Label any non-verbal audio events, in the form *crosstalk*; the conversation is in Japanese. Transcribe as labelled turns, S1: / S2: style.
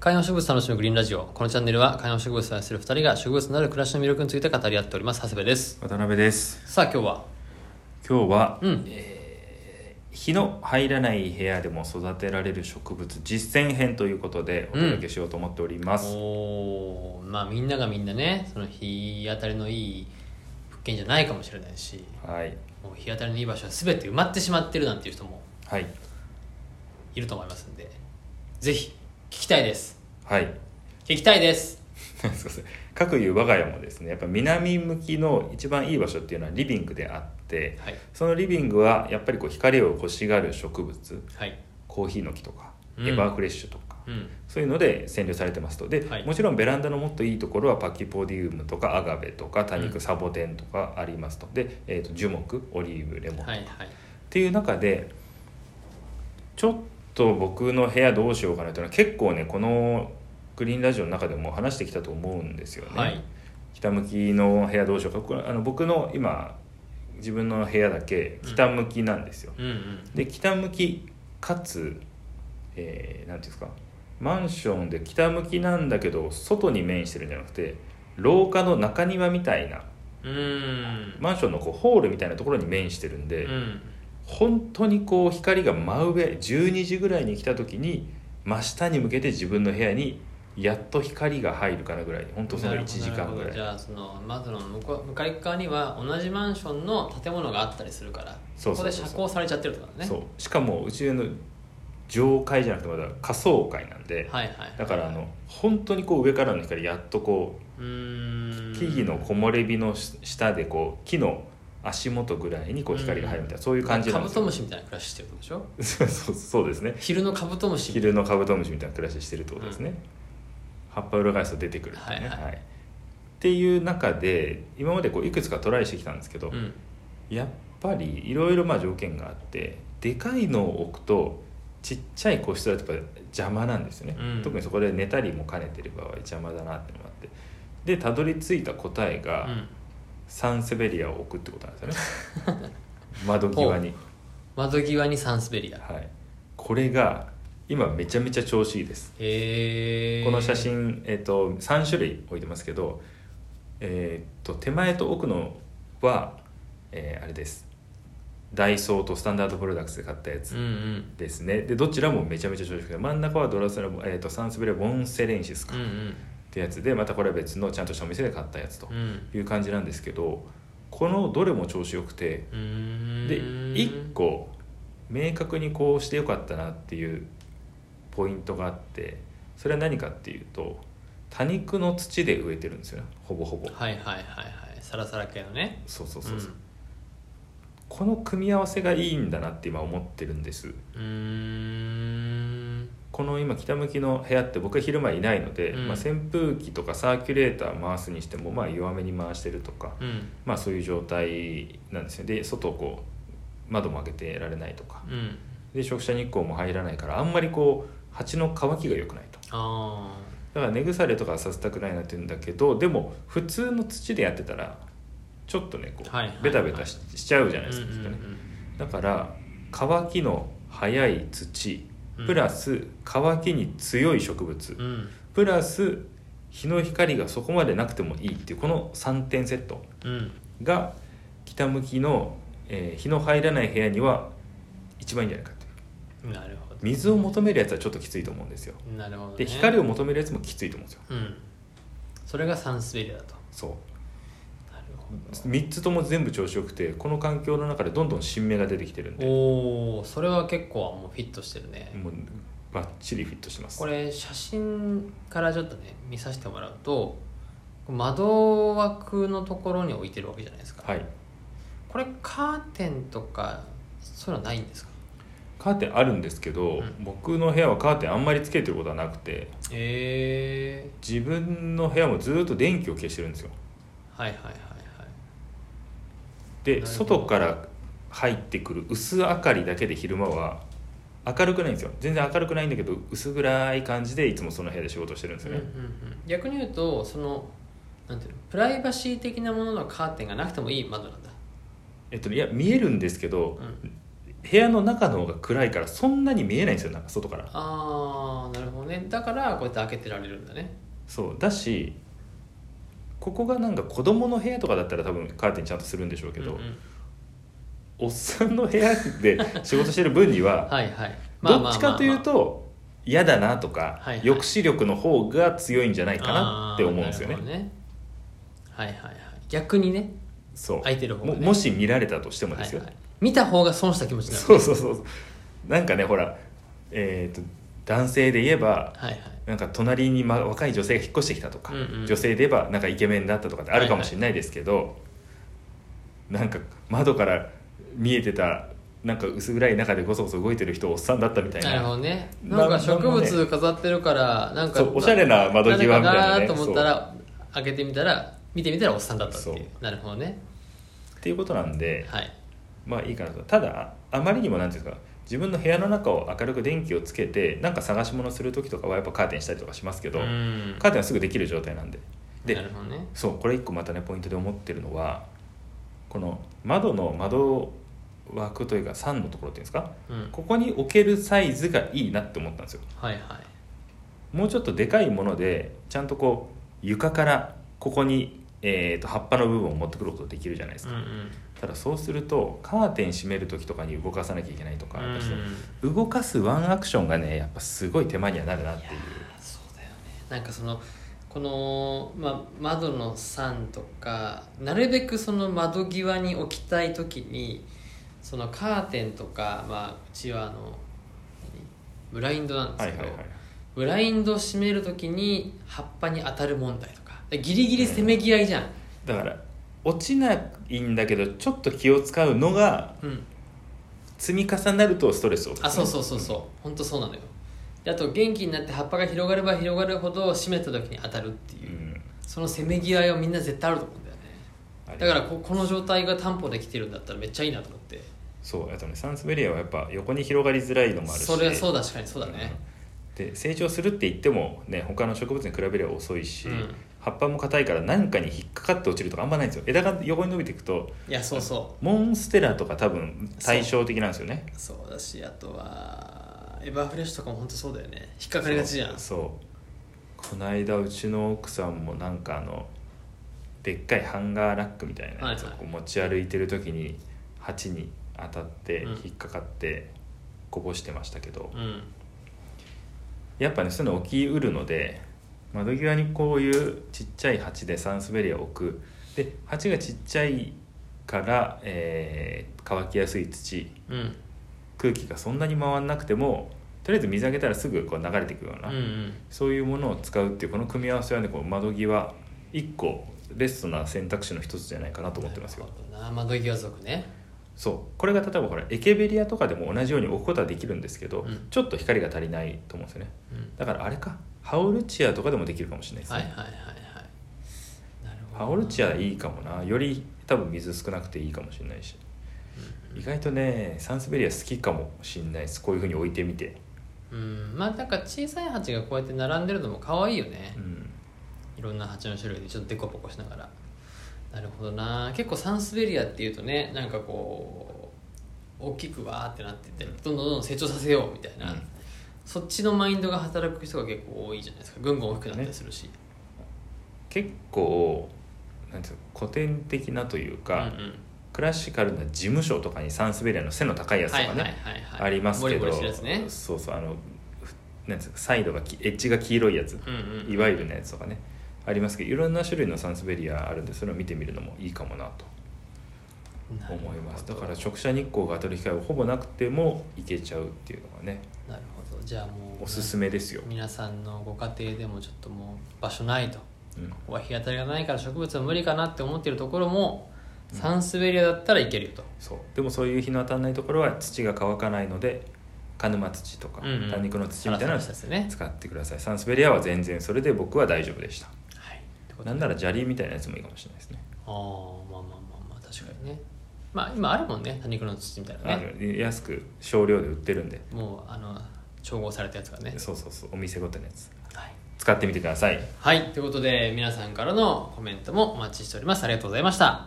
S1: 観葉植物楽しむグリーンラジオこのチャンネルは観葉植物を愛する2人が植物のある暮らしの魅力について語り合っております長谷部です
S2: 渡辺です
S1: さあ今日は
S2: 今日は、
S1: うん
S2: えー日の入らない部屋でも育てられる植物実践編ということでお届けしようと思っております、
S1: おーまあみんながみんなねその日当たりのいい物件じゃないかもしれないし
S2: はい
S1: もう日当たりのいい場所は全て埋まってしまってるなんていう人も
S2: はい
S1: いると思いますんでぜひ聞きたいです
S2: はい *laughs*
S1: 聞きたいです
S2: 何ですかそれ各いう我が家もですねやっぱ南向きの一番いい場所っていうのはリビングであって
S1: はい
S2: そのリビングはやっぱりこう光を欲しがる植物
S1: はい
S2: コーヒーの木とか
S1: うん
S2: エバーフレッシュとか、
S1: うん
S2: そういうので占領されてますとで、
S1: はい
S2: もちろんベランダのもっといいところはパキポディウムとかアガベとか多
S1: うん
S2: 肉サボテンとかありますと、で、えー、と樹木オリーブレモン、
S1: はいは
S2: っ
S1: い
S2: ていう中でちょっと僕の部屋どうしようかなというのは結構ねこのグリーンラジオの中でも話してきたと思うんですよね。
S1: はい
S2: 北向きの部屋どうしようかこれあの僕の今自分の部屋だけ北向きなんですよ。
S1: うんうん
S2: で北向きかつえーなんていうんですかマンションで北向きなんだけど外に面してるんじゃなくて廊下の中庭みたいな
S1: うーん
S2: マンションのこうホールみたいなところに面してるんで、
S1: うん
S2: 本当にこう光が真上12時ぐらいに来た時に真下に向けて自分の部屋にやっと光が入るかなぐらい本当その1時間ぐ
S1: なるほどなるほど
S2: らい
S1: じゃあそのまずの向こう向かい側には同じマンションの建物があったりするから
S2: そうそ
S1: こ
S2: うそうそう
S1: で遮光されちゃってるってことだね
S2: そうしかもうちの上階じゃなくてまだ下層階なんで、
S1: はいはい
S2: だからあの本当にこう上からの光やっとこう
S1: うーん
S2: 木々の木漏れ日のし下でこう木の足元ぐらいにこう光が入るみたいな、そういう感じ
S1: カ
S2: なん
S1: ブ
S2: です
S1: ト
S2: *laughs* よ
S1: ムシみたいな暮らししてるってことでしょ
S2: そうそうそうですね
S1: 昼のカブトムシ
S2: 昼のカブトムシみたいな暮らししてるってことですね、葉っぱ裏返すと出てくるっていうね、
S1: はいはい
S2: っていう中で今までこういくつかトライしてきたんですけど、
S1: うん
S2: やっぱりいろいろまあ条件があってでかいのを置くとちっちゃい個室だとやっぱ邪魔なんですよね、
S1: うん
S2: 特にそこで寝たりも兼ねてる場合邪魔だなってのもあってでたどり着いた答え
S1: う
S2: が、
S1: ん
S2: サンセベリアを置くってことなんですよね *laughs* 窓際に、
S1: 窓際にサンスベリア
S2: はい、これが今めちゃめちゃ調子いいです、
S1: へえ
S2: この写真、えっと3種類置いてますけど、えーっと手前と奥のは、えーあれですダイソーとスタンダードプロダクツで買ったや
S1: う
S2: つ
S1: んうん
S2: ですね、でどちらもめちゃめちゃ調子よくて真ん中はドラスラ、えーっとサンセベリア・ボンセレンシスか、
S1: うん
S2: っ
S1: うん
S2: てやつでまたこれは別のちゃんとしたお店で買ったやつと
S1: うん
S2: いう感じなんですけどこのどれも調子よくて
S1: うーん
S2: で1個明確にこうしてよかったなっていうポイントがあってそれは何かっていうと多肉の土で植えてるんですよねほぼほぼ
S1: はいはいはいはいサラサラ系のね
S2: そうそうそうそう、この組み合わせがいいんだなって今思ってるんです
S1: うんうーん
S2: この今北向きの部屋って僕は昼間いないので、
S1: うん
S2: まあ、扇風機とかサーキュレーター回すにしてもまあ弱めに回してるとか、
S1: うん
S2: まあ、そういう状態なんですよで外をこう窓も開けてられないとか
S1: うん
S2: で直射日光も入らないからあんまりこう鉢の乾きが良くないと
S1: ああ
S2: だから根腐れとかはさせたくないなって言うんだけどでも普通の土でやってたらちょっとねこう、
S1: はいはいはい
S2: ベタベタししちゃうじゃないですか、
S1: うんうんうん
S2: だから乾きの早い土
S1: うん
S2: プラス乾きに強い植物、
S1: うん
S2: プラス日の光がそこまでなくてもいいっていうこの3点セット
S1: うん
S2: が北向きの、えー日の入らない部屋には一番いいんじゃないかという
S1: なるほど
S2: 水を求めるやつはちょっときついと思うんですよ
S1: なるほど、ね、
S2: で光
S1: を
S2: を求めるやつもきついと思うんですよ
S1: うんそれがサンスベリアだと
S2: そ
S1: なるほ
S2: う3つとも全部調子よくてこの環境の中でどんどん新芽が出てきてるん
S1: ど
S2: で
S1: おおそれは結構もうフィットしてるね
S2: もうバッチリフィットしてます
S1: これ写真からちょっとね見させてもらうと窓枠のところに置いてるわけじゃないですか、
S2: はい
S1: これカーテンとかそういうのはないんですか
S2: カーテンあるんですけど、
S1: うん
S2: 僕の部屋はカーテンあんまりつけてることはなくて
S1: え
S2: 自分の部屋もずっと電気を消してるんですよ
S1: ー、はいはいはいはいな
S2: で
S1: るほど
S2: 外から入ってくる薄明かりだけで昼間は明るくないんですよ全然明るくないんだけど薄暗い感じでいつもその部屋で仕事してるんです
S1: うん
S2: よ
S1: うんう
S2: ね、
S1: ん、逆に言うとそのなんていうのプライバシー的なもののカーテンがなくてもいい窓なんだ
S2: えっと、いや見えるんですけど、
S1: うん
S2: 部屋の中の方が暗いからそんなに見えないんですよなんか外から
S1: ああなるほどねだからこうやって開けてられるんだね
S2: そうだしここがなんか子供の部屋とかだったら多分カーテンちゃんとするんでしょうけ
S1: う
S2: ど、
S1: んうん
S2: おっさんの部屋
S1: *laughs*
S2: で仕事してる分には
S1: はいはい
S2: どっちかという
S1: まあまあまあま
S2: と嫌だなとか、
S1: はいはい
S2: 抑止力の方が強いんじゃないか
S1: あ
S2: なって思うんですよね
S1: あーなるほどねはいはいはい逆にね
S2: そう
S1: 空いてる方がね
S2: ももし見られたとしてもですよ、
S1: はいはい、見た方が損した気持ちになる
S2: そうそうそうそうなんかねほらえっ、と男性で言えば
S1: はいはい
S2: なんか隣に、ま、若い女性が引っ越してきたとか、
S1: うんうん
S2: 女性で言えばなんかイケメンだったとかってあるかもしれないですけど、なんか窓から見えてたなんか薄暗い中でごそごそ動いてる人おっさんだったみたい
S1: な
S2: な
S1: るほどねなんか植物飾ってるからなんか
S2: そうおしゃれな窓際みたいなね
S1: 誰かなと思ったら開けてみたら見てみたらおっさんだったっていう
S2: そ
S1: なるほどね
S2: っていうことなんで、
S1: はい
S2: まあいいかなとただあまりにもなんていうんですか自分の部屋の中を明るく電気をつけてなんか探し物する時とかはやっぱカーテンしたりとかしますけど、
S1: うん
S2: カーテンはすぐできる状態なんでで
S1: なるほどね
S2: そうこれ一個またねポイントで思ってるのはこの窓の窓枠というか3のところっていうんですか
S1: うん
S2: ここに置けるサイズがいいなって思ったんですよ
S1: はいはい
S2: もうちょっとでかいものでちゃんとこう床からここに、えー、と葉っぱの部分を持ってくることできるじゃないです
S1: う
S2: か、
S1: んうん
S2: ただそうするとカーテン閉める時とかに動かさなきゃいけないとか、
S1: うん
S2: 私動かすワンアクションがねやっぱすごい手間にはなるなっていう
S1: そうだよねなんかそのこの、まあ、窓の3とかなるべくその窓際に置きたい時にそのカーテンとか、まあ、うちはあの何ブラインドなんで
S2: は
S1: す
S2: い
S1: け
S2: は
S1: ど、
S2: いはい
S1: ブラインドを閉める時に葉っぱに当たる問題とかギリギリせめぎ合いじゃん、
S2: だから落ちないんだけどちょっと気を使うのが
S1: うん、
S2: 積み重なるとストレスを
S1: あそうそうそうそう本当そうなのよであと元気になって葉っぱが広がれば広がるほど閉めた時に当たるっていうう、
S2: ん
S1: そのせめぎ合いはみんな絶対あると思うんだよね
S2: あれ
S1: だからここの状態が担保できてるんだったらめっちゃいいなと思って
S2: そうあとねサンスベリアはやっぱ横に広がりづらいのもあるし
S1: それはそうだ確かにそうだね、
S2: うんで成長するって言ってもね他の植物に比べれば遅いし、
S1: うん
S2: 葉っぱも硬いから何かに引っかかって落ちるとかあんまないんですよ枝が横に伸びていくと
S1: いやそうそ
S2: モンステラとか多分対照的なんですよね
S1: うそうだしあとはエバーフレッシュとかも本当そうだよね引っかかりがちじゃん
S2: そうそうこの間うちの奥さんもなんかあのでっかいハンガーラックみたいなやつを
S1: はいはい
S2: こう持ち歩いてる時に鉢に当たって
S1: うん
S2: 引っかかってこぼしてましたけど、
S1: うん
S2: やっぱねそういうの起きうるので窓際にこういうちっちゃい鉢でサンスベリアを置くで鉢がちっちゃいから、えー乾きやすい土
S1: うん
S2: 空気がそんなに回らなくてもとりあえず水あげたらすぐこう流れていくよう
S1: う
S2: な、
S1: んうん
S2: そういうものを使うっていうこの組み合わせはねこう窓際1個ベストな選択肢の一つじゃないかなと思ってますよ
S1: なるほどな窓際族ね
S2: そうこれが例えばほらエケベリアとかでも同じように置くことはできるんですけど、
S1: うん
S2: ちょっと光が足りないと思うんですよね
S1: うん
S2: だからあれかハオルチアとかでもできるかもしれないですね、
S1: はいはいはいはいなるほど
S2: ハオルチアいいかもなより多分水少なくていいかもしれないし意外とねサンスベリア好きかもしれないですこういうふうに置いてみて、
S1: うんまあなんか小さい鉢がこうやって並んでるのも可愛いよね、
S2: うん、
S1: いろんな鉢の種類でちょっとデコボコしながらなるほどな結構サンスベリアっていうとねなんかこう大きくわーってなっててどんどんどんどん成長させようみたいな、
S2: うん
S1: そっちのマインドが働く人が結構多いじゃないですかぐんぐん大きくなったりするし、
S2: 結構なんていうの古典的なという
S1: うんうん
S2: か、クラシカルな事務所とかにサンスベリアの背の高いやつと
S1: は
S2: か
S1: い
S2: ね、
S1: はいはいはい
S2: ありますけど
S1: ボリボリしてるやつね
S2: そうそうあのふなんていうのサイドがきエッジが黄色いやつ、
S1: うんうん
S2: いわゆるのやつとかねありますけどいろんな種類のサンスベリアあるんでそれを見てみるのもいいかもなと
S1: なるほど
S2: 思いますだから直射日光が当たる機会はほぼなくてもいけちゃうっていうのがね
S1: なるほどじゃあもう
S2: おすすめですよ、
S1: 皆さんのご家庭でもちょっともう場所ないと
S2: うん
S1: こ、こは日当たりがないから植物は無理かなって思ってるところもサンスベリアだったらいけるよと、
S2: そうでもそういう日の当たらないところは土が乾かないので鹿沼土とか
S1: うんうん
S2: 多肉の土みたいなのを
S1: サラサラしたやつね
S2: 使ってくださいサンスベリアは全然それで僕は大丈夫でした
S1: はいってことで
S2: なんなら砂利みたいなやつもいいかもしれないですね
S1: ああまあまあまあまあ確かにねまあ今あるもんね多肉の土みたいな
S2: あ
S1: ね
S2: の安く少量で売ってるんで
S1: もうあの調合されたやつがね
S2: そうそうそうお店ごとのやつ
S1: はい、
S2: 使ってみてください
S1: はい、ということで皆さんからのコメントもお待ちしておりますありがとうございました